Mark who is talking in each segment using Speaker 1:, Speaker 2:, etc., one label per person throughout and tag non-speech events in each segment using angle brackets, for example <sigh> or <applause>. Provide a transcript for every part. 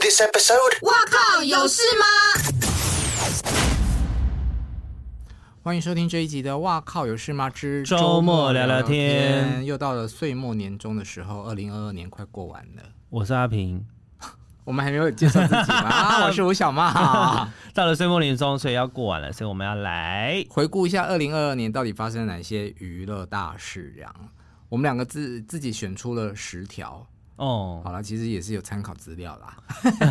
Speaker 1: this episode?
Speaker 2: 欢迎收听这一集的《哇靠有事吗之
Speaker 3: 周末聊聊天》，
Speaker 2: 又到了岁末年终的时候，二零二二年快过完了，
Speaker 3: 我是阿平。
Speaker 2: 我们还没有介绍自己吗？啊我是吴小骂。
Speaker 3: 到了岁末年终，所以要过完了，所以我们要来
Speaker 2: 回顾一下二零二二年到底发生了哪些娱乐大事，这样我们两个自自己选出了十条，好
Speaker 3: 哦。
Speaker 2: 了，其实也是有参考资料啦。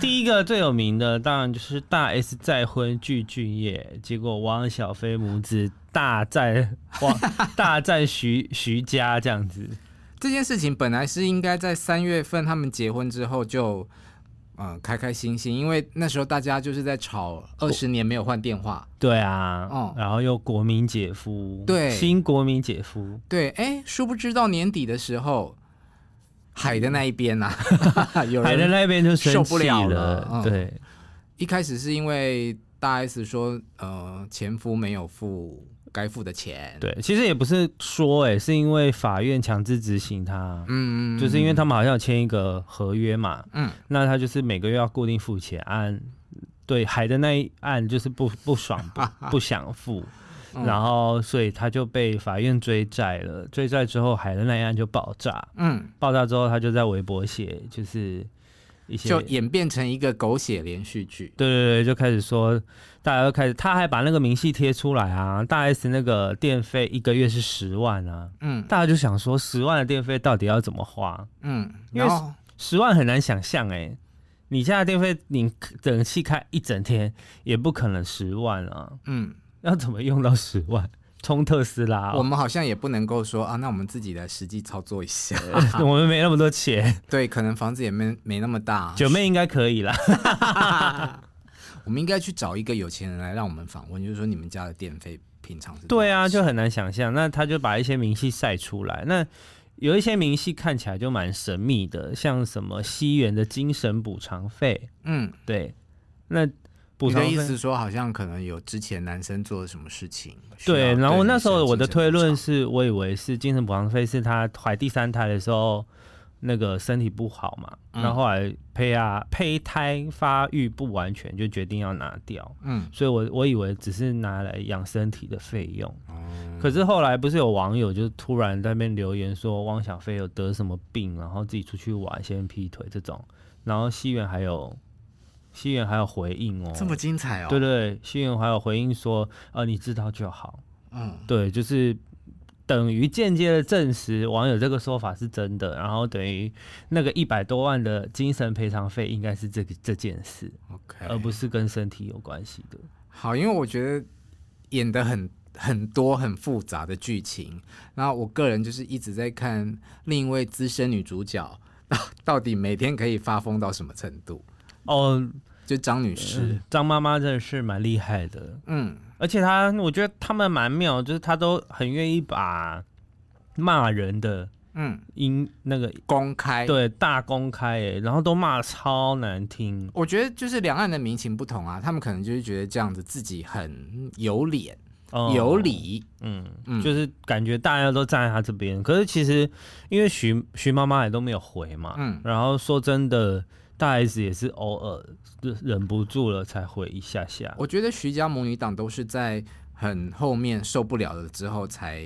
Speaker 3: 第一个最有名的当然就是大 S 再婚拒俊业，结果汪小菲母子大战
Speaker 2: <laughs>
Speaker 3: 汪大战徐徐家这样子。
Speaker 2: 这件事情本来是应该在三月份他们结婚之后就，嗯、开开心心，因为那时候大家就是在吵二十年没有换电话。
Speaker 3: 对啊，
Speaker 2: 哦
Speaker 3: 然后又国民姐夫，
Speaker 2: 对
Speaker 3: 新国民姐夫，
Speaker 2: 对，哎，殊不知到年底的时候，海的那一边呐、啊， <laughs> 有
Speaker 3: 海在
Speaker 2: 人
Speaker 3: 那边就生
Speaker 2: 受不
Speaker 3: 气
Speaker 2: 了了嗯
Speaker 3: 对，
Speaker 2: 一开始是因为大 S 说，呃，前夫没有付该付的钱，，
Speaker 3: 对，其实也不是说哎、是因为法院强制执行他，
Speaker 2: 嗯，
Speaker 3: 就是因为他们好像有签一个合约嘛，
Speaker 2: 嗯，
Speaker 3: 那他就是每个月要固定付钱，按对海的那一案就是不不爽不不想付，然后所以他就被法院追债了，追债之后海的那一案就爆炸，
Speaker 2: 嗯，
Speaker 3: 爆炸之后他就在微博写就是一些
Speaker 2: 就演变成一个狗血连续剧，
Speaker 3: 对对对，就开始说，大家都开始，他还把那个明细贴出来啊，大 S 那个电费一个月是十万啊，
Speaker 2: 嗯
Speaker 3: 大家就想说十万的电费到底要怎么花？
Speaker 2: 嗯，
Speaker 3: 因为
Speaker 2: 然后
Speaker 3: 十万很难想象哎、你家的电费你等戏开一整天也不可能十万啊，
Speaker 2: 嗯，
Speaker 3: 要怎么用到十万？充特斯拉哦、
Speaker 2: 我们好像也不能够说啊，那我们自己来实际操作一下，
Speaker 3: <laughs> 我们没那么多钱，
Speaker 2: <laughs> 对，可能房子也没没那么大，啊
Speaker 3: 九妹应该可以啦。 <laughs>
Speaker 2: 我们应该去找一个有钱人来让我们访问，就是说你们家的电费平常是多少
Speaker 3: 对啊，
Speaker 2: 钱
Speaker 3: 就很难想象。那他就把一些明细晒出来，那有一些明细看起来就蛮神秘的，像什么西元的精神补偿费，
Speaker 2: 嗯。
Speaker 3: 对，那补
Speaker 2: 你
Speaker 3: 偿
Speaker 2: 的
Speaker 3: 费
Speaker 2: 意思说，好像可能有之前男生做了什么事情？需要
Speaker 3: 对。然后
Speaker 2: 女
Speaker 3: 那时
Speaker 2: 生
Speaker 3: 候我的
Speaker 2: 精神
Speaker 3: 推论
Speaker 2: 补
Speaker 3: 是我以为是精神补偿费是他怀第三胎的时候。那个身体不好嘛，
Speaker 2: 嗯
Speaker 3: 然后后来胚啊胚胎发育不完全，就决定要拿掉，
Speaker 2: 偿，嗯，
Speaker 3: 所以我我以为只是拿来养身体的费用。可是后来不是有网友就突然在那边留言说汪小菲有得什么病，然后自己出去玩，先劈腿这种。然后西元还有西元还有回应哦，
Speaker 2: 这么精彩哦。
Speaker 3: 对对对，西元还有回应说，呃，你知道就好。
Speaker 2: 嗯，
Speaker 3: 对，就是等于间接的证实网友这个说法是真的，然后等于那个一百多万的精神赔偿费应该是这个这件事，
Speaker 2: ，OK，
Speaker 3: 而呃不是跟身体有关系的。
Speaker 2: 好，因为我觉得演的很很多很复杂的剧情，然后我个人就是一直在看另一位资深女主角到到底每天可以发疯到什么程度，
Speaker 3: 哦，嗯
Speaker 2: 就张女士，
Speaker 3: 张妈妈真的是蛮厉害的，
Speaker 2: 嗯
Speaker 3: 而且她，我觉得他们蛮妙，就是她都很愿意把骂人的
Speaker 2: 嗯，
Speaker 3: 音那个
Speaker 2: 公开。
Speaker 3: 对大公开耶，然后都骂得超难听。
Speaker 2: 我觉得就是两岸的民情不同啊，他们可能就是觉得这样子自己很有脸、
Speaker 3: 哦
Speaker 2: 有，理，
Speaker 3: 嗯，
Speaker 2: 嗯
Speaker 3: 就是感觉大家都站在她这边，可是其实因为徐徐妈妈也都没有回嘛，
Speaker 2: 嗯
Speaker 3: 然后说真的，大 S 也是偶尔忍忍不住了才回一下下，
Speaker 2: 我觉得徐家母女党都是在很后面受不了了之后，才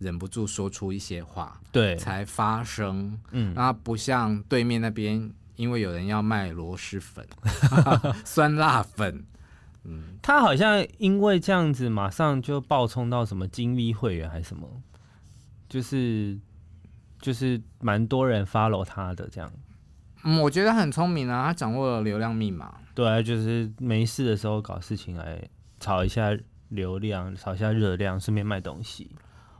Speaker 2: 忍不住说出一些话，
Speaker 3: 对，
Speaker 2: 才发声。
Speaker 3: 嗯，
Speaker 2: 那不像对面那边，因为有人要卖螺蛳
Speaker 3: <laughs>
Speaker 2: 粉、酸辣粉，
Speaker 3: 他好像因为这样子，马上就爆冲到什么金 V 会员还是什么，就是就是蛮多人 follow 他的这样。
Speaker 2: 嗯，我觉得他很聪明啊，他掌握了流量密码。
Speaker 3: 对啊，就是没事的时候搞事情来炒一下流量，炒一下热量，顺便卖东西。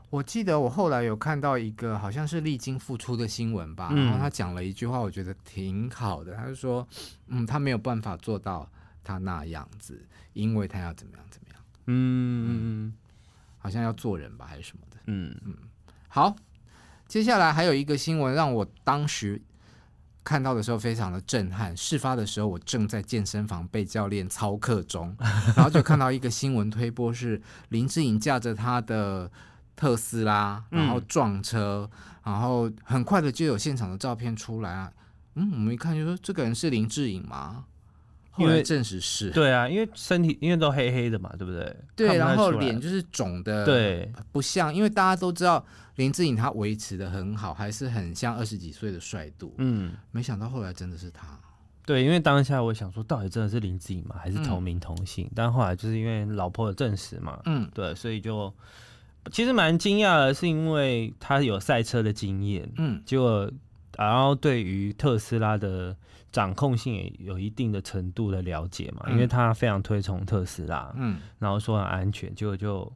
Speaker 2: 我记得我后来有看到一个好像是历经付出的新闻吧，
Speaker 3: 嗯
Speaker 2: 然后他讲了一句话，我觉得挺好的。他就说，嗯，他没有办法做到他那样子，因为他要怎么样怎么样，
Speaker 3: 嗯
Speaker 2: 好像要做人吧，还是什么的。
Speaker 3: 嗯
Speaker 2: 好，接下来还有一个新闻让我当时看到的时候非常的震撼。事发的时候，我正在健身房被教练操课
Speaker 3: <laughs>
Speaker 2: 中，然后就看到一个新闻推播是林志颖驾着他的特斯拉，
Speaker 3: 嗯
Speaker 2: 然后撞车，然后很快的就有现场的照片出来啊。嗯，我们一看就说这个人是林志颖吗？后
Speaker 3: 因
Speaker 2: 来
Speaker 3: 为
Speaker 2: 证实是，
Speaker 3: 对啊，因为身体因为都黑黑的嘛，对不对？
Speaker 2: 对，
Speaker 3: 看不太
Speaker 2: 然后
Speaker 3: 出来
Speaker 2: 脸就是肿的，
Speaker 3: 对，
Speaker 2: 不像，因为大家都知道林志颖他维持的很好，还是很像二十几岁的帅度。
Speaker 3: 嗯，
Speaker 2: 没想到后来真的是他，
Speaker 3: 对，因为当下我想说，到底真的是林志颖吗？还是
Speaker 2: 嗯
Speaker 3: 同名同姓？但后来就是因为老婆有证实嘛，
Speaker 2: 嗯
Speaker 3: 对，所以就其实蛮惊讶的，是因为他有赛车的经验，
Speaker 2: 嗯
Speaker 3: 结果然后对于特斯拉的掌控性也有一定的程度的了解嘛，因为
Speaker 2: 嗯
Speaker 3: 他非常推崇特斯拉，
Speaker 2: 嗯，
Speaker 3: 然后说很安全，结果就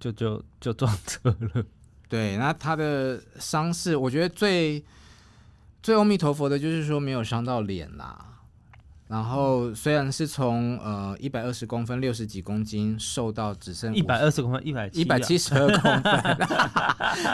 Speaker 3: 就就就撞车了。
Speaker 2: 对。那他的伤势，我觉得最最阿弥陀佛的就是说没有伤到脸啦。然后虽然是从呃一百二十公分六十几公斤瘦到只剩
Speaker 3: 一百二十公分，一百啊
Speaker 2: 一百七十二公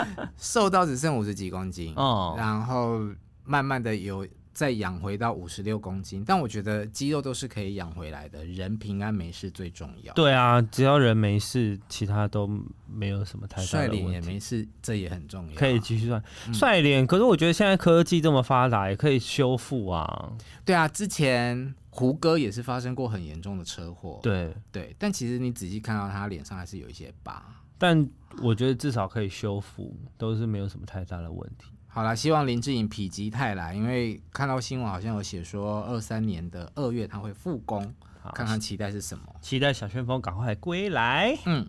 Speaker 2: 分，
Speaker 3: <laughs>
Speaker 2: 瘦到只剩五十几公斤。
Speaker 3: 哦，
Speaker 2: 然后慢慢的有再养回到五十六公斤，但我觉得肌肉都是可以养回来的，人平安没事最重要。，
Speaker 3: 对啊，只要人没事，其他都没有什么太大
Speaker 2: 帅
Speaker 3: 的
Speaker 2: 脸也
Speaker 3: 问题。
Speaker 2: 没啊嗯事，这也很重要。
Speaker 3: 可以继续算帅脸，可是我觉得现在科技这么发达，也可以修复啊。
Speaker 2: 对啊，之前胡歌也是发生过很严重的车祸。
Speaker 3: 对，
Speaker 2: 对，但其实你仔细看到他脸上还是有一些疤。
Speaker 3: 但我觉得至少可以修复，都是没有什么太大的问题。
Speaker 2: 好啦，希望林志颖否极泰来，因为看到新闻好像有写说二三年的二月他会复工，
Speaker 3: 好，
Speaker 2: 看看期待是什么。
Speaker 3: 期待小旋风赶快归来。
Speaker 2: 嗯，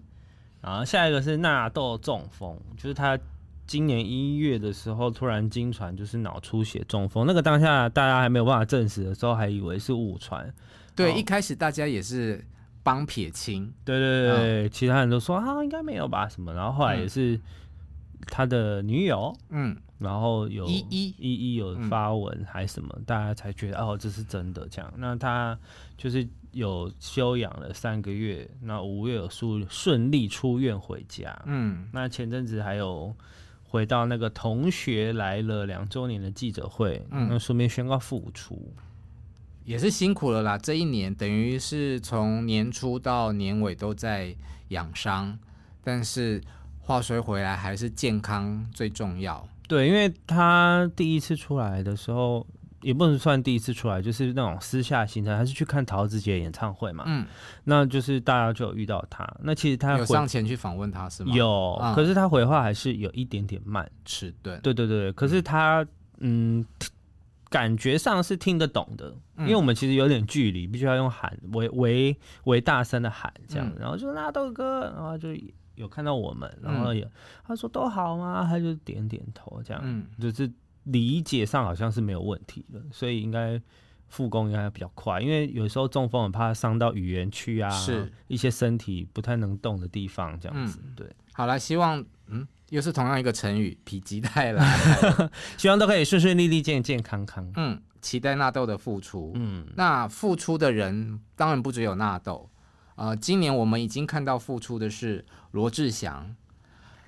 Speaker 3: 然后下一个是纳豆中风，就是他今年一月的时候突然经传就是脑出血中风，那个当下大家还没有办法证实的时候，还以为是误传。
Speaker 2: 对，
Speaker 3: 好
Speaker 2: 一开始大家也是帮撇清，
Speaker 3: 对对对对，其他人都说啊应该没有吧什么，然后后来也是他的女友，
Speaker 2: 嗯，
Speaker 3: 然后有
Speaker 2: 依依
Speaker 3: 依依有发文还是什
Speaker 2: 嗯
Speaker 3: 么，大家才觉得哦这是真的这样。那他就是有休养了三个月，那五月有顺顺利出院回家。
Speaker 2: 嗯
Speaker 3: 那前阵子还有回到那个同学来了两周年的记者会，
Speaker 2: 嗯
Speaker 3: 那顺便宣告复出。，
Speaker 2: 也是辛苦了啦。这一年等于是从年初到年尾都在养伤，但是话说回来，还是健康最重要。
Speaker 3: 对，因为他第一次出来的时候，也不能算第一次出来，就是那种私下行程，他是去看陶子姐的演唱会嘛，
Speaker 2: 嗯，
Speaker 3: 那就是大家就有遇到他。那其实他
Speaker 2: 有
Speaker 3: 回
Speaker 2: 上前去访问他是吗？
Speaker 3: 有
Speaker 2: 嗯
Speaker 3: 可是他回话还是有一点点慢。
Speaker 2: 迟钝，
Speaker 3: 对对对，可是他嗯。感觉上是听得懂的，
Speaker 2: 嗯
Speaker 3: 因为我们其实有点距离，必须要用喊为为为大声的喊这样，
Speaker 2: 嗯
Speaker 3: 然后就那豆哥，然后就有看到我们，然后也、他说都好吗？他就点点头这样，
Speaker 2: 嗯，
Speaker 3: 就是理解上好像是没有问题的，所以应该复工应该比较快，因为有时候中风很怕伤到语言区啊，
Speaker 2: 是嗯
Speaker 3: 一些身体不太能动的地方这样子，对，
Speaker 2: 好啦，希望嗯，又是同样一个成语，否极泰
Speaker 3: <laughs>
Speaker 2: 来。
Speaker 3: 希望都可以顺顺利利、健健康康。
Speaker 2: 嗯，期待纳豆的付出。
Speaker 3: 嗯，
Speaker 2: 那付出的人当然不只有纳豆，呃，今年我们已经看到付出的是罗志祥，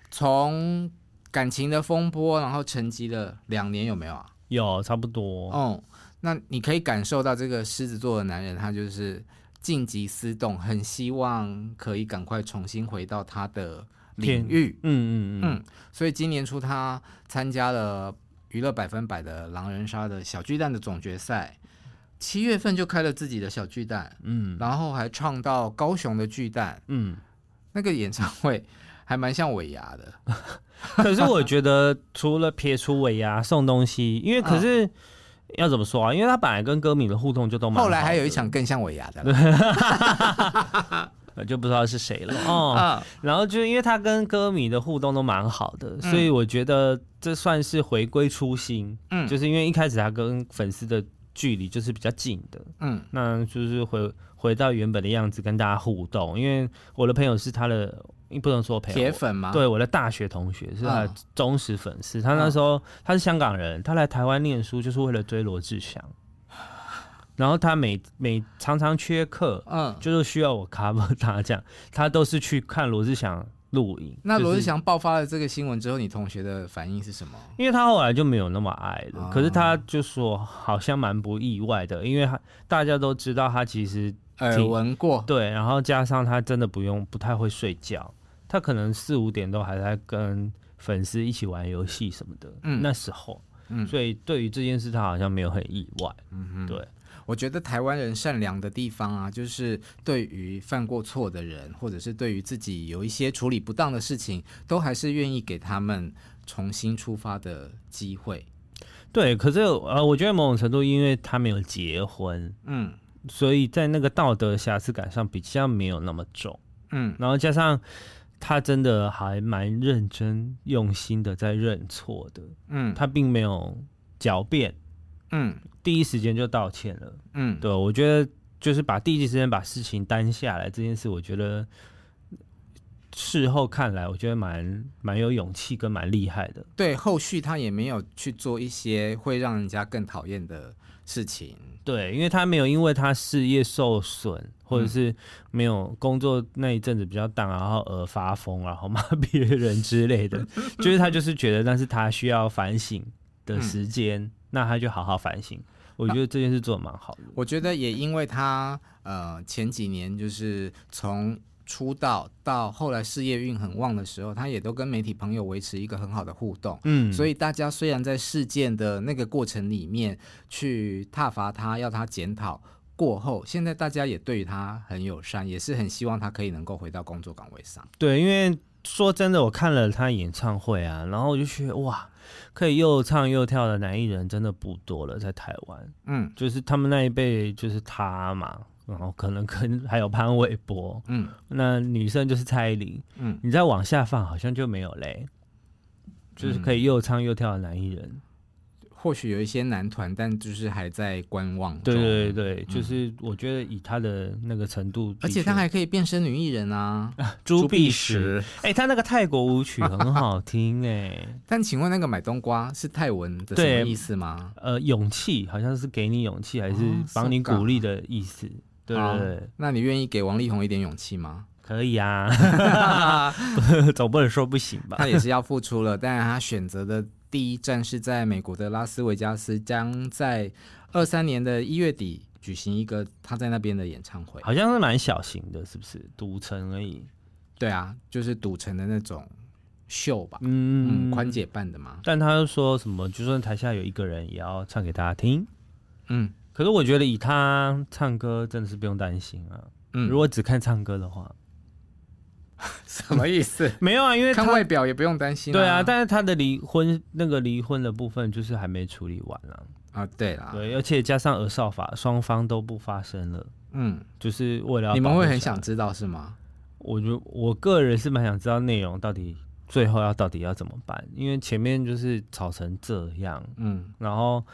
Speaker 2: 从感情的风波，然后沉寂了两年，有没有啊？
Speaker 3: 有差不多，
Speaker 2: 哦、那你可以感受到这个狮子座的男人，他就是尽极思动，很希望可以赶快重新回到他的领域。
Speaker 3: 嗯嗯嗯，
Speaker 2: 嗯，所以今年初他参加了娱乐百分百的狼人杀的小巨蛋的总决赛，七月份就开了自己的小巨蛋，
Speaker 3: 嗯
Speaker 2: 然后还唱到高雄的巨蛋，
Speaker 3: 嗯，
Speaker 2: 那个演唱会还蛮像尾牙的，
Speaker 3: 可是我觉得除了撇除尾牙送东西，因为可
Speaker 2: 嗯
Speaker 3: 是、要怎么说啊？因为他本来跟歌迷的互动就都蛮好
Speaker 2: 后
Speaker 3: 的
Speaker 2: 来还有一场更像尾牙的了，
Speaker 3: 呃就不知道是
Speaker 2: <laughs>
Speaker 3: 谁了哦。
Speaker 2: 嗯
Speaker 3: 然后就因为他跟歌迷的互动都蛮好的，所以我觉得这算是回归初心。
Speaker 2: 嗯
Speaker 3: 就是因为一开始他跟粉丝的距离就是比较近的，
Speaker 2: 嗯
Speaker 3: 那就是回回到原本的样子跟大家互动。因为我的朋友是他的你不能说朋友，
Speaker 2: 铁粉吗？
Speaker 3: 对，我的大学同学是他的
Speaker 2: 嗯
Speaker 3: 忠实粉丝。他那时候他是香港人，他来台湾念书就是为了追罗志祥。然后他每每常常缺课，
Speaker 2: 嗯，
Speaker 3: 就是需要我 <laughs> cover 他这样，他都是去看罗志祥录影。
Speaker 2: 那
Speaker 3: 就是
Speaker 2: 罗志祥爆发了这个新闻之后，你同学的反应是什么？
Speaker 3: 因为他后来就没有那么爱了，
Speaker 2: 啊
Speaker 3: 可是他就说好像蛮不意外的，因为他大家都知道他其实
Speaker 2: 耳闻过，
Speaker 3: 对，然后加上他真的不用不太会睡觉，他可能四五点都还在跟粉丝一起玩游戏什么的，
Speaker 2: 嗯
Speaker 3: 那时候，
Speaker 2: 嗯
Speaker 3: 所以对于这件事他好像没有很意外，
Speaker 2: 嗯哼，
Speaker 3: 对，
Speaker 2: 我觉得台湾人善良的地方啊，就是对于犯过错的人，或者是对于自己有一些处理不当的事情，都还是愿意给他们重新出发的机会。
Speaker 3: 对，可是呃，我觉得某种程度因为他没有结婚，
Speaker 2: 嗯
Speaker 3: 所以在那个道德瑕疵感上比较没有那么重。
Speaker 2: 嗯
Speaker 3: 然后加上他真的还蛮认真用心的在认错的，
Speaker 2: 嗯
Speaker 3: 他并没有狡辩，
Speaker 2: 嗯
Speaker 3: 第一时间就道歉了。
Speaker 2: 嗯，
Speaker 3: 对，我觉得就是把第一时间把事情担下来这件事，我觉得事后看来，我觉得蛮蛮有勇气跟蛮厉害的。
Speaker 2: 对，后续他也没有去做一些会让人家更讨厌的事情。
Speaker 3: 对，因为他没有因为他事业受损，或者是没有工作那一阵子比较淡，然后而发疯，然后 <laughs> 骂别人之类的，就是他就是觉得，但是他需要反省的时间，那他就好好反省。我觉得这件事做的蛮好的。
Speaker 2: 我觉得也因为他呃前几年就是从出道到后来事业运很旺的时候，他也都跟媒体朋友维持一个很好的互动。
Speaker 3: 嗯，
Speaker 2: 所
Speaker 3: 以
Speaker 2: 以大家虽然在事件的那个过程里面去挞伐他，要他检讨过后，现在大家也对于他很友善，也是很希望他可以能够回到工作岗位上。
Speaker 3: 对，因为说真的，我看了他演唱会啊，然后我就觉得哇，可以又唱又跳的男艺人真的不多了，在台湾。
Speaker 2: 嗯
Speaker 3: 就是他们那一辈，就是他嘛，然后可能跟 <laughs> 还有潘玮柏，
Speaker 2: 嗯
Speaker 3: 那女生就是蔡依林，
Speaker 2: 嗯，
Speaker 3: 你再往下放好像就没有嘞，就是
Speaker 2: 嗯
Speaker 3: 可以又唱又跳的男艺人。
Speaker 2: 或许有一些男团，但就是还在观望中。
Speaker 3: 对对对对，就是我觉得以他的那个程度的
Speaker 2: 嗯
Speaker 3: 确，
Speaker 2: 而且他还可以变身女艺人 <laughs> 啊，
Speaker 3: 朱
Speaker 2: 碧
Speaker 3: 碧石，，哎、他那个泰国舞曲很好听哎、
Speaker 2: <laughs> 但请问那个买冬瓜是泰文的什
Speaker 3: 对
Speaker 2: 么意思吗？
Speaker 3: 呃，勇气好像是给你勇气，还是
Speaker 2: 哦
Speaker 3: 帮你
Speaker 2: 是的
Speaker 3: 鼓励的意思。对
Speaker 2: 好
Speaker 3: 对对，
Speaker 2: 那你愿意给王力宏一点勇气吗？
Speaker 3: 可
Speaker 2: <laughs>
Speaker 3: 以啊， <laughs> 总不能说不行 <laughs> 吧？
Speaker 2: 他也是要付出了，但他选择的第一站是在美国的拉斯维加斯，将在二三年的一月底举行一个他在那边的演唱会。
Speaker 3: 好像是蛮小型的，是不是？赌城而已。
Speaker 2: 对啊，就是赌城的那种秀吧，嗯，
Speaker 3: 嗯
Speaker 2: 宽。姐办的嘛，
Speaker 3: 但他又说什么，就算台下有一个人，也要唱给大家听。
Speaker 2: 嗯
Speaker 3: 可是我觉得以他唱歌，真的是不用担心啊。
Speaker 2: 嗯，
Speaker 3: 如果只看唱歌的话，
Speaker 2: <laughs> 什么意思？
Speaker 3: 没有啊，因为
Speaker 2: 看
Speaker 3: 他
Speaker 2: 外表也不用担心、
Speaker 3: 对啊，
Speaker 2: 啊，
Speaker 3: 但是他的离婚那个离婚的部分就是还没处理完啊。
Speaker 2: 啊，对啦，
Speaker 3: 对，而且加上儿少法，双方都不发声了，
Speaker 2: 嗯，
Speaker 3: 就是为了要
Speaker 2: 你们
Speaker 3: 保护
Speaker 2: 会很
Speaker 3: 小孩
Speaker 2: 想知道是吗？
Speaker 3: 我就我个人是蛮想知道内容到底最后要到底要怎么办，因为前面就是吵成这样，
Speaker 2: 嗯，
Speaker 3: 然后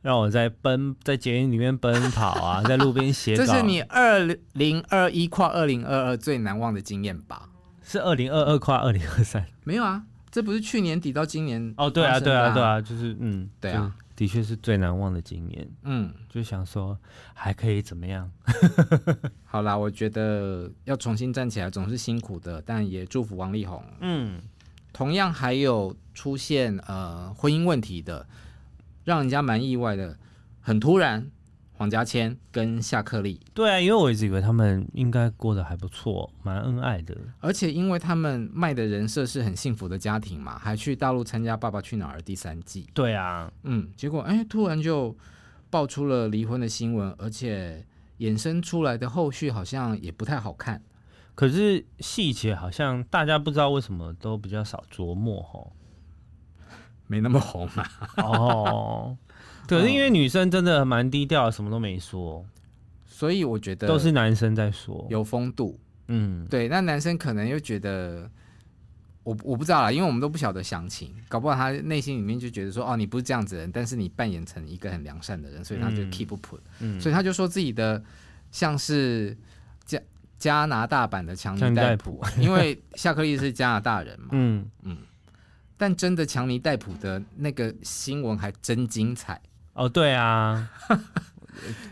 Speaker 3: 让我在奔在捷运里面奔跑 <laughs> 啊，在路边写稿。
Speaker 2: 这是你二零二一跨二零二二最难忘的经验吧？
Speaker 3: 是二零二二跨二零二三
Speaker 2: 没有啊，这不是去年底到今年
Speaker 3: 哦，对
Speaker 2: 发
Speaker 3: 啊，
Speaker 2: 生
Speaker 3: 对
Speaker 2: 的
Speaker 3: 啊，对，啊，就是嗯，
Speaker 2: 对啊，
Speaker 3: 的确是最难忘的经验，
Speaker 2: 嗯。
Speaker 3: 就想说还可以怎么样？
Speaker 2: 好啦，我觉得要重新站起来总是辛苦的，但也祝福王力宏。
Speaker 3: 嗯，
Speaker 2: 同样还有出现呃婚姻问题的，让人家蛮意外的，很突然。黄家千跟夏克立，
Speaker 3: 对啊，因为我一直以为他们应该过得还不错，蛮恩爱的。
Speaker 2: 而且因为他们卖的人设是很幸福的家庭嘛，还去大陆参加《爸爸去哪儿》第三季，
Speaker 3: 对啊，
Speaker 2: 嗯，结果哎突然就爆出了离婚的新闻，而且衍生出来的后续好像也不太好看。
Speaker 3: 可是细节好像大家不知道为什么都比较少琢磨吼。
Speaker 2: 没那么红啊嘛。
Speaker 3: <laughs> 哦，可是因为女生真的蛮低调的，什么都没说，
Speaker 2: 所以我觉得
Speaker 3: 都是男生在说。
Speaker 2: 有风度。
Speaker 3: 嗯，
Speaker 2: 对，那男生可能又觉得，我我不知道啦，因为我们都不晓得详情，搞不好他内心里面就觉得说，哦，你不是这样子的人，但是你扮演成一个很良善的人，所以他就
Speaker 3: 嗯
Speaker 2: keep 不 put，、
Speaker 3: 嗯
Speaker 2: 所以他就说自己的像是家加拿大版的强
Speaker 3: 像
Speaker 2: 尼
Speaker 3: 戴
Speaker 2: 戴普，
Speaker 3: 普，
Speaker 2: 因为夏克立是加拿大人嘛。
Speaker 3: 嗯，
Speaker 2: <laughs> 但真的强尼戴普的那个新闻还真精彩，
Speaker 3: 哦，对啊， <laughs>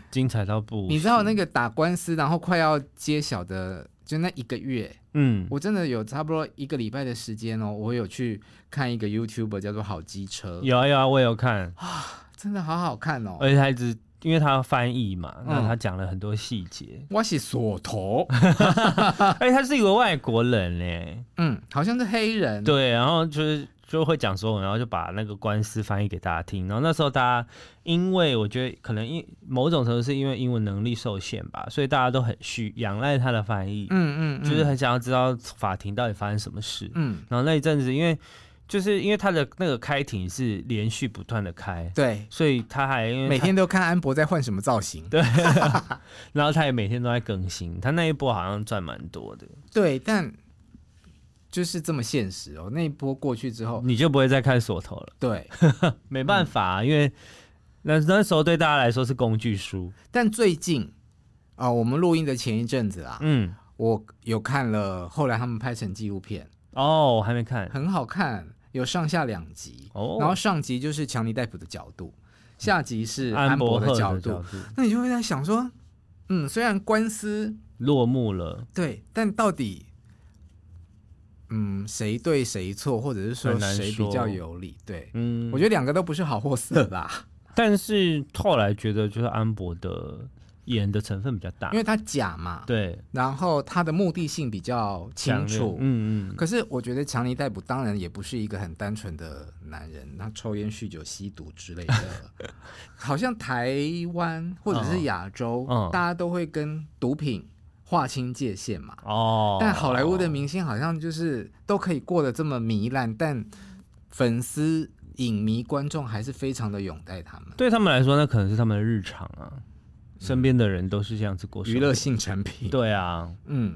Speaker 3: 精彩到不，
Speaker 2: 你知道那个打官司，然后快要揭晓的，就那一个月，
Speaker 3: 嗯，
Speaker 2: 我真的有差不多一个礼拜的时间哦，我有去看一个 YouTube 叫做好机车，
Speaker 3: 有啊有啊，我有看，
Speaker 2: 真的好好看哦。
Speaker 3: 而且他一直因为他要翻译嘛，那
Speaker 2: 嗯
Speaker 3: 他讲了很多细节，
Speaker 2: 我是锁
Speaker 3: <laughs>
Speaker 2: 头，
Speaker 3: 而且他是一个外国人嘞，
Speaker 2: 嗯，好像是黑人，
Speaker 3: 对，然后就是就会讲说，然后就把那个官司翻译给大家听。然后那时候大家，因为我觉得可能因某种程度是因为英文能力受限吧，所以大家都很需仰赖他的翻译，
Speaker 2: 嗯，嗯嗯，
Speaker 3: 就是很想要知道法庭到底发生什么事。
Speaker 2: 嗯，
Speaker 3: 然后那一阵子，因为就是因为他的那个开庭是连续不断的开，
Speaker 2: 对，
Speaker 3: 所以他还因为
Speaker 2: 每
Speaker 3: 他
Speaker 2: 天都看安博在换什么造型，对
Speaker 3: <laughs> 然后他也每天都在更新，他那一波好像赚蛮多的，
Speaker 2: 但就是这么现实哦。那一波过去之后，
Speaker 3: 你就不会再看锁头了，
Speaker 2: 对，
Speaker 3: 没
Speaker 2: 嗯
Speaker 3: 办法啊、因为那那时候对大家来说是工具书，
Speaker 2: 但最近啊、我们录音的前一阵子啊，
Speaker 3: 嗯。
Speaker 2: 我有看了，后来他们拍成纪录片，
Speaker 3: 哦，我还没看。
Speaker 2: 很好看，有上下两集。
Speaker 3: 哦，
Speaker 2: 然后上集就是强尼戴普的角度，下集是
Speaker 3: 嗯安
Speaker 2: 安博
Speaker 3: 赫的
Speaker 2: 角
Speaker 3: 度
Speaker 2: 度。那你就会在想说，嗯，虽然官司
Speaker 3: 落幕了，
Speaker 2: 对，但到底，嗯，谁对谁错，或者是说
Speaker 3: 很难
Speaker 2: 谁比较
Speaker 3: 说
Speaker 2: 有理？对，
Speaker 3: 嗯，
Speaker 2: 我觉得两个都不是好货色
Speaker 3: <laughs>
Speaker 2: 啦，
Speaker 3: 得，但是后来觉得就是安博的演的成分比较大，
Speaker 2: 因为他假嘛，
Speaker 3: 对
Speaker 2: 然后他的目的性比较清
Speaker 3: 强烈
Speaker 2: 楚，
Speaker 3: 嗯嗯，
Speaker 2: 可是我觉得强尼逮捕当然也不是一个很单纯的男人，他抽烟、酗酒、吸毒之类
Speaker 3: <laughs>
Speaker 2: 的，好像台湾或者是亚洲，
Speaker 3: 嗯
Speaker 2: 大家都会跟毒品划清界限嘛。
Speaker 3: 哦，
Speaker 2: 但好莱坞的明星好像就是都可以过得这么糜烂，但粉丝、影迷、观众还是非常的拥戴他们。
Speaker 3: 对他们来说，那可能是他们的日常啊，身边的人都是这样子过生
Speaker 2: 嗯
Speaker 3: 活
Speaker 2: 娱乐，性产品，
Speaker 3: 对啊，
Speaker 2: 嗯。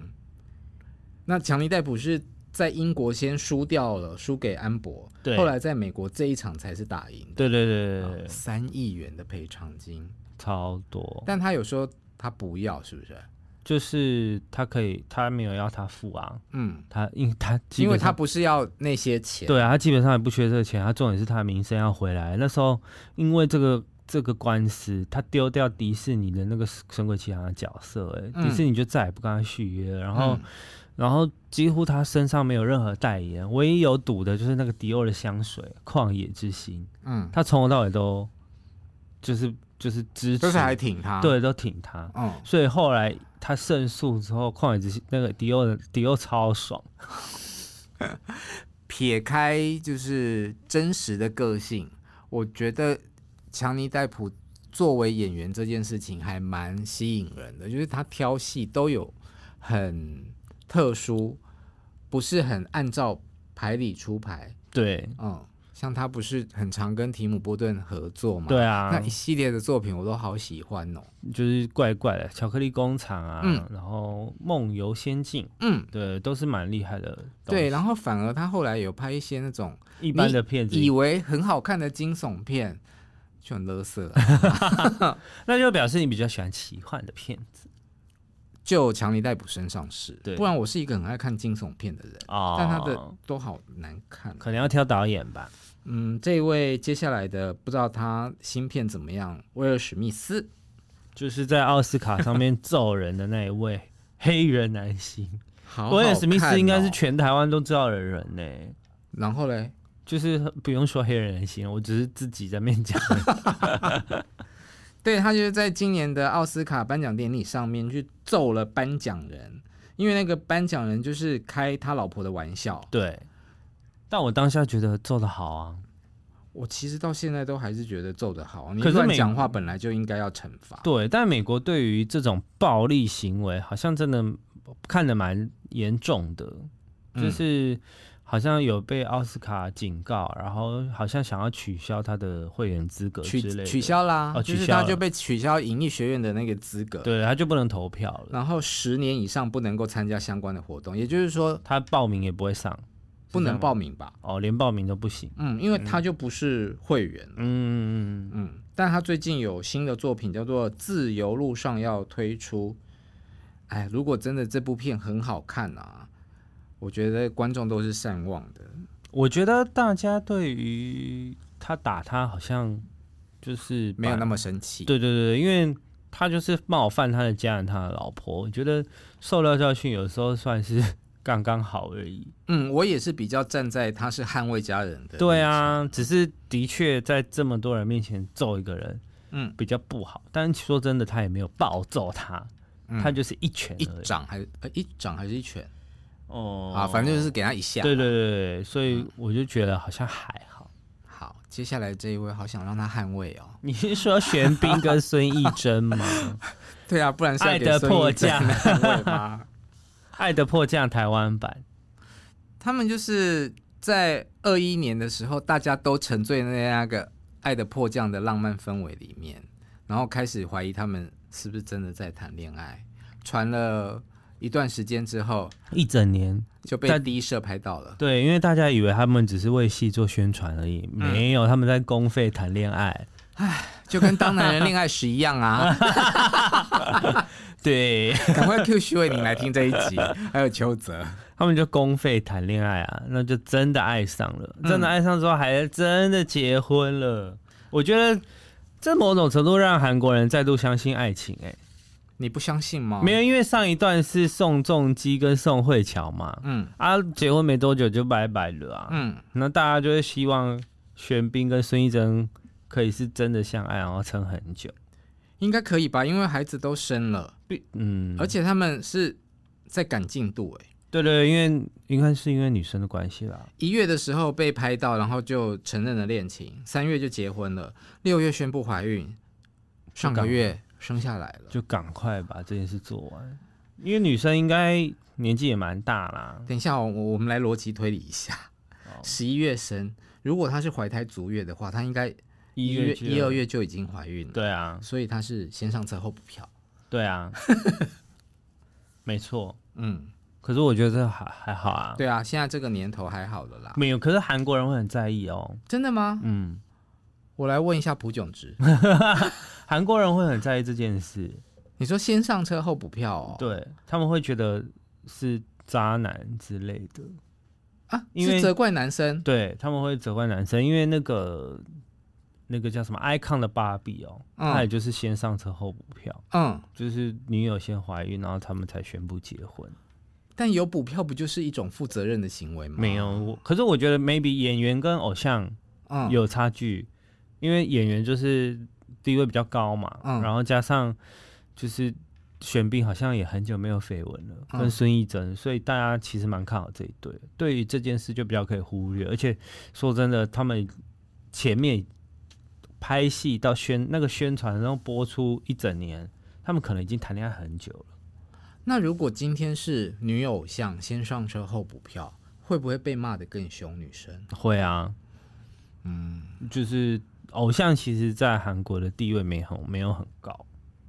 Speaker 2: 那强尼戴普是在英国先输掉了，输给安博，
Speaker 3: 对
Speaker 2: 后来在美国这一场才是打赢的，
Speaker 3: 对对对对
Speaker 2: 啊
Speaker 3: 对，
Speaker 2: 三亿元的赔偿金，
Speaker 3: 超多，
Speaker 2: 但他有说他不要，是不是？
Speaker 3: 就是他可以，他没有要他付啊，
Speaker 2: 嗯，
Speaker 3: 他因他基
Speaker 2: 因为
Speaker 3: 本
Speaker 2: 他
Speaker 3: 上
Speaker 2: 不是要那些钱，
Speaker 3: 对啊，他基本上也不缺这个钱，他重点是他的名声要回来。那时候因为这个这个官司，他丢掉迪士尼的那个《神鬼奇航》的角色、哎、
Speaker 2: 嗯
Speaker 3: 迪士尼就再也不跟他续约了。然
Speaker 2: 嗯，
Speaker 3: 后、然后几乎他身上没有任何代言，唯一有赌的就是那个迪奥的香水《旷野之心》，
Speaker 2: 嗯，
Speaker 3: 他从头到尾都就是就是支持，
Speaker 2: 就是还挺他，，
Speaker 3: 对都挺他。
Speaker 2: 嗯，
Speaker 3: 所以后来他胜诉之后，旷野之心那个迪奥的迪奥超爽，
Speaker 2: 撇开就是真实的个性，我觉得强尼戴普作为演员这件事情还蛮吸引人的，就是他挑戏都有很特殊，不是很按照牌理出牌。
Speaker 3: 对
Speaker 2: 嗯，像他不是很常跟提姆波顿合作嘛？
Speaker 3: 对啊，
Speaker 2: 那一系列的作品我都好喜欢哦。
Speaker 3: 就是怪怪的，巧克力工厂啊，
Speaker 2: 嗯
Speaker 3: 然后梦游仙境，
Speaker 2: 嗯，
Speaker 3: 对，都是蛮厉害的东西。
Speaker 2: 对，然后反而他后来有拍一些那种
Speaker 3: 一般的片子，
Speaker 2: 以为很好看的惊悚片，就很啊勒色、
Speaker 3: 那就表示你比较喜欢奇幻的片子
Speaker 2: 就强尼戴普身上是，
Speaker 3: 对
Speaker 2: 不然我是一个很爱看惊悚片的人，
Speaker 3: 哦。
Speaker 2: 但他的都好难看。
Speaker 3: 可能要挑导演吧，
Speaker 2: 嗯，这一位接下来的不知道他新片怎么样，威尔史密斯，
Speaker 3: 就是在奥斯卡上面揍人的那一位黑人男星，
Speaker 2: 好
Speaker 3: 威尔
Speaker 2: 好
Speaker 3: 史密
Speaker 2: 看
Speaker 3: 斯应该
Speaker 2: 哦
Speaker 3: 是全台湾都知道的人呢、
Speaker 2: 然后嘞，
Speaker 3: 就是不用说黑人男星，我只是自己在面讲。
Speaker 2: <laughs> 对他就是在今年的奥斯卡颁奖典礼上面去揍了颁奖人，因为那个颁奖人就是开他老婆的玩笑，
Speaker 3: 对，但我当下觉得做的好啊，
Speaker 2: 我其实到现在都还是觉得揍得好，你
Speaker 3: 可是
Speaker 2: 乱
Speaker 3: 美
Speaker 2: 讲话本来就应该要惩罚，
Speaker 3: 对，但美国对于这种暴力行为，好像真的看得蛮严重的，就
Speaker 2: 嗯
Speaker 3: 是好像有被奥斯卡警告，然后好像想要取消他的会员资格之
Speaker 2: 取
Speaker 3: 类的，
Speaker 2: 取，消啦，
Speaker 3: 哦
Speaker 2: 就
Speaker 3: 取
Speaker 2: 是
Speaker 3: 消
Speaker 2: 他
Speaker 3: 了
Speaker 2: 就被取消影艺学院的那个资格，
Speaker 3: 对，他就不能投票了，
Speaker 2: 然后十年以上不能够参加相关的活动，也就是说
Speaker 3: 他报名也不会上，
Speaker 2: 不
Speaker 3: 这
Speaker 2: 能
Speaker 3: 样吗
Speaker 2: 报名吧？
Speaker 3: 哦，连报名都不行，
Speaker 2: 嗯，因为他就不是会员。
Speaker 3: 嗯，
Speaker 2: 嗯，但他最近有新的作品叫做《自由路上》要推出，哎，如果真的这部片很好看啊，我觉得观众都是善忘的。
Speaker 3: 我觉得大家对于他打他好像就是
Speaker 2: 没有那
Speaker 3: 么
Speaker 2: 么生气。
Speaker 3: 对对对，因为他就是冒犯他的家人、他的老婆。我觉得受到教训有时候算是 <laughs> 刚刚好而已。
Speaker 2: 嗯，我也是比较站在他是捍卫家人的。
Speaker 3: 对，啊，只是的确在这么多人面前揍一个人
Speaker 2: 嗯，
Speaker 3: 比较不好，但说真的，他也没有暴揍他，
Speaker 2: 嗯
Speaker 3: 他就是一拳
Speaker 2: 一
Speaker 3: 而已
Speaker 2: 掌还是呃一掌还是一拳、
Speaker 3: 哦
Speaker 2: 啊，嗯反正就是给他一下。
Speaker 3: 对对对对，对所以我就觉得好像还好。
Speaker 2: 好，接下来这一位好想让他捍卫哦。
Speaker 3: 你是说玄彬跟孙艺珍
Speaker 2: <laughs>
Speaker 3: 吗？
Speaker 2: 对啊，不然是要
Speaker 3: 爱
Speaker 2: 给
Speaker 3: 的
Speaker 2: 孙艺
Speaker 3: 迫
Speaker 2: 珍
Speaker 3: 降 <laughs>
Speaker 2: 捍卫吗？
Speaker 3: 《爱的迫降》台湾版，
Speaker 2: 他们就是在二一年的时候，大家都沉醉在那个《爱的迫降》的浪漫氛围里面，然后开始怀疑他们是不是真的在谈恋爱。传了一段时间之后，
Speaker 3: 一整年。
Speaker 2: 就被
Speaker 3: 但
Speaker 2: 第一社拍到了。
Speaker 3: 对，因为大家以为他们只是为戏做宣传而已，没有，他们在公费谈恋爱。
Speaker 2: 就跟当男人恋爱时一样
Speaker 3: <laughs>
Speaker 2: 啊！
Speaker 3: 对，
Speaker 2: 赶快 Q 徐伟宁来听这一集，还有邱泽，
Speaker 3: 他们就公费谈恋爱啊，那就真的爱上了，真的爱上之后还真的结婚了。我觉得这某种程度让韩国人再度相信爱情、欸。
Speaker 2: 你不相信吗？
Speaker 3: 没有，因为上一段是宋仲基跟宋慧乔嘛，
Speaker 2: 嗯
Speaker 3: 啊，结婚没多久就拜拜了啊。
Speaker 2: 嗯，
Speaker 3: 那大家就会希望玄彬跟孙艺珍可以是真的相爱，然后撑很久。
Speaker 2: 应该可以吧？因为孩子都生了，
Speaker 3: 嗯，
Speaker 2: 而且他们是在赶进度、欸，
Speaker 3: 对对，因为应该是因为女生的关系啦。
Speaker 2: 一月的时候被拍到，然后就承认了恋情，三月就结婚了，六月宣布怀孕，上个月生下来了。
Speaker 3: 就赶快把这件事做完，因为女生应该年纪也蛮大啦。
Speaker 2: 等一下、哦，我我们来逻辑推理一下，
Speaker 3: 哦
Speaker 2: 十一月生，如果她是怀胎足月的话，她应该一月一二月，嗯就已经怀孕了，，
Speaker 3: 对啊，
Speaker 2: 所以她是先上车后补票。<laughs>
Speaker 3: 对啊，没错。
Speaker 2: 嗯，
Speaker 3: 可是我觉得这还还好啊，
Speaker 2: 对啊啊，现在这个年头还好了啦。
Speaker 3: 没有。可是韩国人会很在意哦，
Speaker 2: 真的吗？
Speaker 3: 嗯，
Speaker 2: 我来问一下朴炯
Speaker 3: <laughs>
Speaker 2: 植，
Speaker 3: 韩国人会很在意这件事，
Speaker 2: 你说先上车后补票哦？
Speaker 3: 对他们会觉得是渣男之类的。
Speaker 2: 啊，
Speaker 3: 因为
Speaker 2: 是责怪男生
Speaker 3: 对他们会责怪男生，因为那个那个叫什么 icon 的芭比哦，
Speaker 2: 嗯
Speaker 3: 他也就是先上车后补票，
Speaker 2: 嗯，
Speaker 3: 就是女友先怀孕，然后他们才宣布结婚。
Speaker 2: 但有补票不就是一种负责任的行为吗？
Speaker 3: 没有，我可是我觉得 maybe 演员跟偶像
Speaker 2: 嗯，
Speaker 3: 有差距，因为演员就是地位比较高嘛，
Speaker 2: 嗯
Speaker 3: 然后加上就是。玄彬好像也很久没有绯闻了，
Speaker 2: 嗯
Speaker 3: 跟孙艺珍，所以大家其实蛮看好这一对。对于这件事就比较可以忽略，而且说真的，他们前面拍戏到宣那个宣传，然后播出一整年，他们可能已经谈恋爱很久了。
Speaker 2: 那如果今天是女偶像先上车后补票，会不会被骂得更凶？女生，
Speaker 3: 会啊，
Speaker 2: 嗯
Speaker 3: 就是偶像其实在韩国的地位没很没有很高，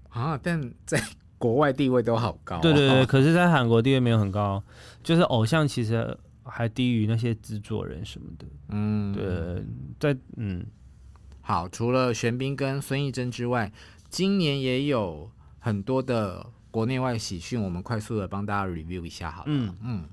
Speaker 2: 啊，但在国外地位都好高、啊
Speaker 3: 对对对，，可是，在韩国地位没有很高，就是偶像其实还低于那些制作人什么的。
Speaker 2: 嗯，
Speaker 3: 对，在嗯，
Speaker 2: 好，除了玄彬跟孙艺珍之外，今年也有很多的国内外喜讯，我们快速的帮大家 review 一下好了。嗯
Speaker 3: 嗯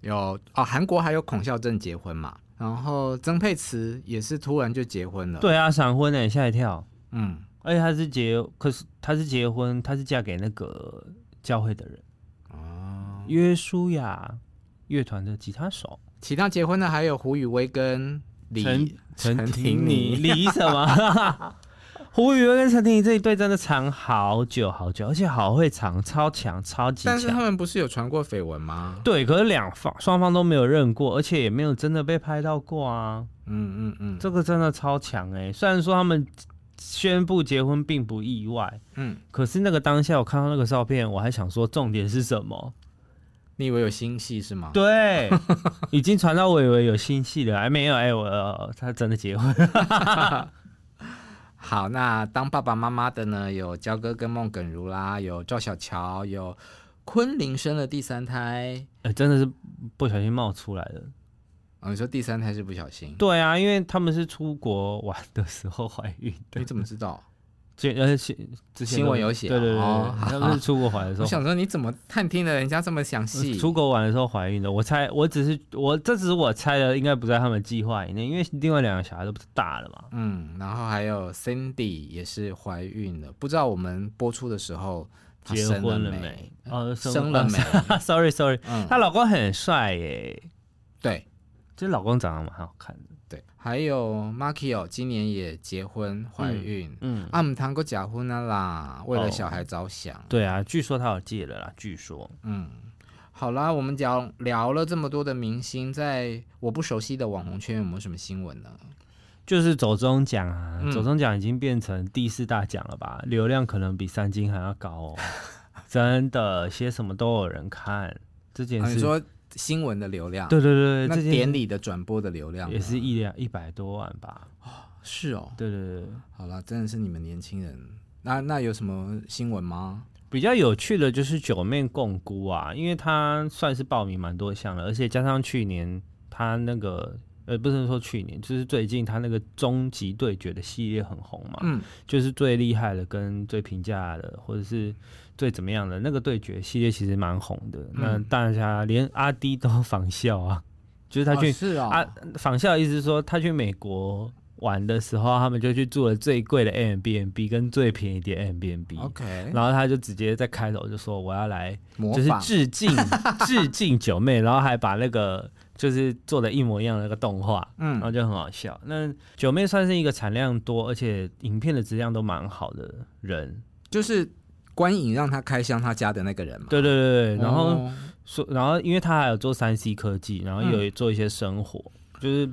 Speaker 2: 有哦，韩国还有孔孝正结婚嘛，然后曾沛慈也是突然就结婚了。，
Speaker 3: 对啊，闪婚呢、吓一跳。
Speaker 2: 嗯，
Speaker 3: 而且她是结，可是她是结婚，她是嫁给那个教会的人，
Speaker 2: 哦，
Speaker 3: 约书亚乐团的吉他手
Speaker 2: 其他结婚的还有胡宇威跟李
Speaker 3: 陈陈
Speaker 2: 婷
Speaker 3: 婷
Speaker 2: 妮
Speaker 3: 妮，李什
Speaker 2: <laughs>
Speaker 3: 么？胡宇威跟陈婷妮这一对真的藏好久好久，而且好会藏，超强，超级强。
Speaker 2: 但是他们不是有传过绯闻吗？
Speaker 3: 对，可是两方双方都没有认过，而且也没有真的被拍到过啊。
Speaker 2: 嗯嗯嗯，
Speaker 3: 这个真的超强哎、虽然说他们宣布结婚并不意外，
Speaker 2: 嗯，
Speaker 3: 可是那个当下我看到那个照片，我还想说重点是什么？
Speaker 2: 你以为有新戏是吗？，
Speaker 3: 对，已经传到我以为有新戏了，还没有哎、我、呃他真的结婚 <laughs> 了。
Speaker 2: 好，那当爸爸妈妈的呢，有焦哥跟孟耿如啦，有赵小乔，有昆凌生了第三胎。
Speaker 3: 呃真的是不小心冒出来的。
Speaker 2: 哦，你说第三胎是不小心？
Speaker 3: 对啊，因为他们是出国玩的时候怀孕的
Speaker 2: 你。怎么知道？
Speaker 3: 这而且之前
Speaker 2: 新
Speaker 3: 都
Speaker 2: 闻有写啊
Speaker 3: 对对对
Speaker 2: 哦
Speaker 3: 对，他们是出国怀的时
Speaker 2: 我
Speaker 3: 候
Speaker 2: 想说你怎么探听了人家这么详细？
Speaker 3: 出国玩的时候怀孕的，我猜，我只是我这只是我猜的，应该不在他们计划以内，因为另外两个小孩都不是大了嘛。
Speaker 2: 嗯，然后还有 Cindy 也是怀孕了，不知道我们播出的时候她
Speaker 3: 结
Speaker 2: 啊生
Speaker 3: 婚了
Speaker 2: 没
Speaker 3: 没？？哦，
Speaker 2: 生了
Speaker 3: <laughs>
Speaker 2: 没？
Speaker 3: ？Sorry Sorry，
Speaker 2: 嗯，
Speaker 3: 她老公很帅耶，
Speaker 2: 对
Speaker 3: 这老公长得蛮好看的。
Speaker 2: 对，还有 Markio 今年也结婚怀孕，啊
Speaker 3: 嗯，
Speaker 2: 阿姆堂哥假婚了啦，为了
Speaker 3: 哦
Speaker 2: 小孩着想。
Speaker 3: 对啊，据说他有戒了啦，据说。
Speaker 2: 嗯，好啦，我们讲聊了这么多的明星，在我不熟悉的网红圈有没有什么新闻呢？
Speaker 3: 就是走中奖啊，
Speaker 2: 嗯
Speaker 3: 走中奖已经变成第四大奖了吧？流量可能比三金还要高
Speaker 2: <laughs>
Speaker 3: 哦，真的，写什么都有人看这件
Speaker 2: 啊、
Speaker 3: 事。
Speaker 2: 你说新闻的流量，
Speaker 3: 对对对，
Speaker 2: 那
Speaker 3: 对这件
Speaker 2: 典
Speaker 3: 事
Speaker 2: 礼的转播的流量呢啊
Speaker 3: 也是一两一百多万吧？
Speaker 2: 是哦。
Speaker 3: 对对对，对
Speaker 2: 好啦，真的是你们年轻人。那那有什么新闻吗？
Speaker 3: 比较有趣的就是九面共估啊，因为他算是报名蛮多项的，而且加上去年他那个。呃，不是说去年，就是最近他那个终极对决的系列很红嘛，
Speaker 2: 嗯，
Speaker 3: 就是最厉害的跟最平价的，或者是最怎么样的那个对决系列，其实蛮红的。那大家连阿迪都仿效啊， <laughs> 就是他去、
Speaker 2: 哦是哦，
Speaker 3: 啊仿效，意思是说他去美国玩的时候，他们就去住了最贵的 a m b n b 跟最便宜的 a m b n b
Speaker 2: OK，
Speaker 3: 然后他就直接在开头就说我要来，
Speaker 2: 哎模
Speaker 3: 就是
Speaker 2: 仿 <laughs>
Speaker 3: 致敬致敬九妹，然后还把那个就是做的一模一样的那个动画，然后
Speaker 2: 嗯
Speaker 3: 就很好笑。那九妹算是一个产量多，而且影片的质量都蛮好的人。
Speaker 2: 就是观影让他开箱他家的那个人嘛。
Speaker 3: 对对对对，
Speaker 2: 哦，
Speaker 3: 然后说，然后因为他还有做三 C 科技，然后
Speaker 2: 嗯
Speaker 3: 也有做一些生活，就是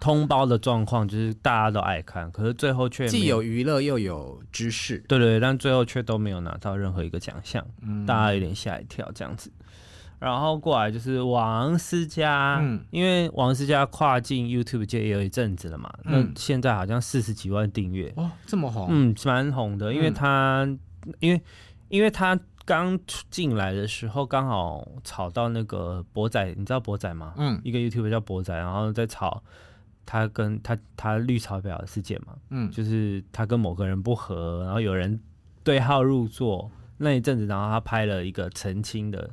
Speaker 3: 通包的状况，就是大家都爱看，可是最后却没
Speaker 2: 既有娱乐又有知识，
Speaker 3: 对对对，但最后却都没有拿到任何一个奖项，
Speaker 2: 嗯
Speaker 3: 大家有点吓一跳这样子。然后过来就是王思佳，
Speaker 2: 嗯
Speaker 3: 因为王思佳跨境 YouTube 界也有一阵子了嘛，
Speaker 2: 嗯
Speaker 3: 那现在好像四十几万订阅，
Speaker 2: 哦这么红，
Speaker 3: 嗯，是蛮红的，因为
Speaker 2: 嗯
Speaker 3: 他、因为因为他刚出进来的时候刚好炒到那个博仔，你知道博仔吗？
Speaker 2: 嗯
Speaker 3: 一个 YouTube 叫博仔，然后在炒他跟他他绿茶婊的事件嘛，
Speaker 2: 嗯
Speaker 3: 就是他跟某个人不和，然后有人对号入座那一阵子，然后他拍了一个澄清的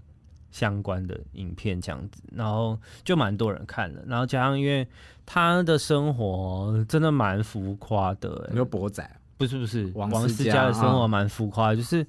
Speaker 3: 相关的影片这样子，然后就蛮多人看了，然后加上因为他的生活真的蛮浮夸的、欸
Speaker 2: 你说博仔，
Speaker 3: 不是不是，
Speaker 2: 王
Speaker 3: 王
Speaker 2: 思
Speaker 3: 思
Speaker 2: 佳
Speaker 3: 佳的生活
Speaker 2: 啊
Speaker 3: 蛮浮夸的，就是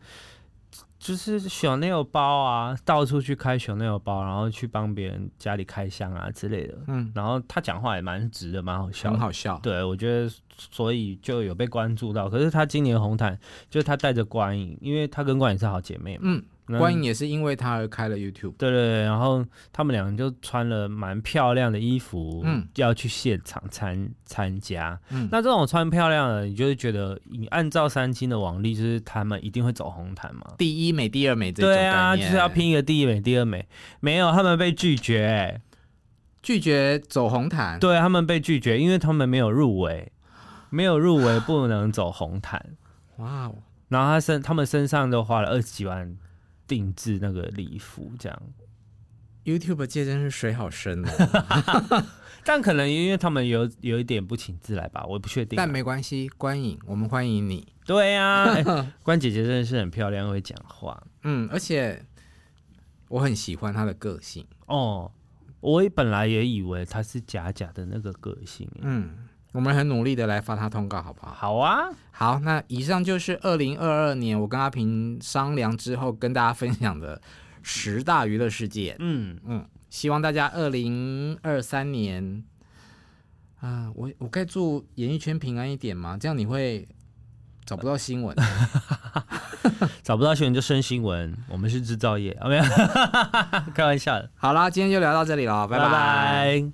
Speaker 3: 就是 Chanel 包啊，到处去开 Chanel 包，然后去帮别人家里开箱啊之类的。
Speaker 2: 嗯，
Speaker 3: 然后他讲话也蛮直的，蛮好笑
Speaker 2: 很
Speaker 3: 的。
Speaker 2: 好笑，
Speaker 3: 对，我觉得所以就有被关注到。可是他今年红毯，就是他带着关颖，因为他跟关颖是好姐妹嘛。
Speaker 2: 嗯，
Speaker 3: 那
Speaker 2: 观影也是因为他而开了 YouTube，
Speaker 3: 对对对，然后他们两个就穿了蛮漂亮的衣服，
Speaker 2: 嗯
Speaker 3: 要去现场参参加。
Speaker 2: 嗯
Speaker 3: 那这种穿漂亮的，你就会觉得，你按照三金的往例，就是他们一定会走红毯嘛。
Speaker 2: 第一美第二美这种
Speaker 3: 对
Speaker 2: 概
Speaker 3: 啊，就
Speaker 2: 念
Speaker 3: 是要拼一个第一美、第二美，没有他们被拒绝、欸
Speaker 2: 拒绝走红毯，
Speaker 3: 对他们被拒绝，因为他们没有入围，没有入围不能走红毯。
Speaker 2: 哇哦，
Speaker 3: 然后他身他们身上都花了二十几万定制那个礼服，这样。
Speaker 2: YouTube 界真是水好深
Speaker 3: <laughs> 啊
Speaker 2: 哦，
Speaker 3: 但可能因为他们有有一点不请自来吧，我也不确定啊。
Speaker 2: 但没关系，观影我们欢迎你。<laughs>
Speaker 3: 对呀、哎关姐姐真的是很漂亮，会讲话
Speaker 2: 嗯，而且我很喜欢他的个性。
Speaker 3: 哦。我本来也以为她是假假的那个个性。欸
Speaker 2: 嗯，我们很努力的来发他通告，好不好？
Speaker 3: 好啊，
Speaker 2: 好，那以上就是二零二二年我跟阿平商量之后跟大家分享的十大娱乐事件。
Speaker 3: 嗯，
Speaker 2: 嗯，希望大家二零二三年啊、我我该祝演艺圈平安一点嘛，这样你会找不到新闻。
Speaker 3: 找不到新闻就升新闻，我们哦 <laughs> 是制造业啊，没有，开玩笑的，
Speaker 2: 好啦，今天就聊到这里了，拜
Speaker 3: 拜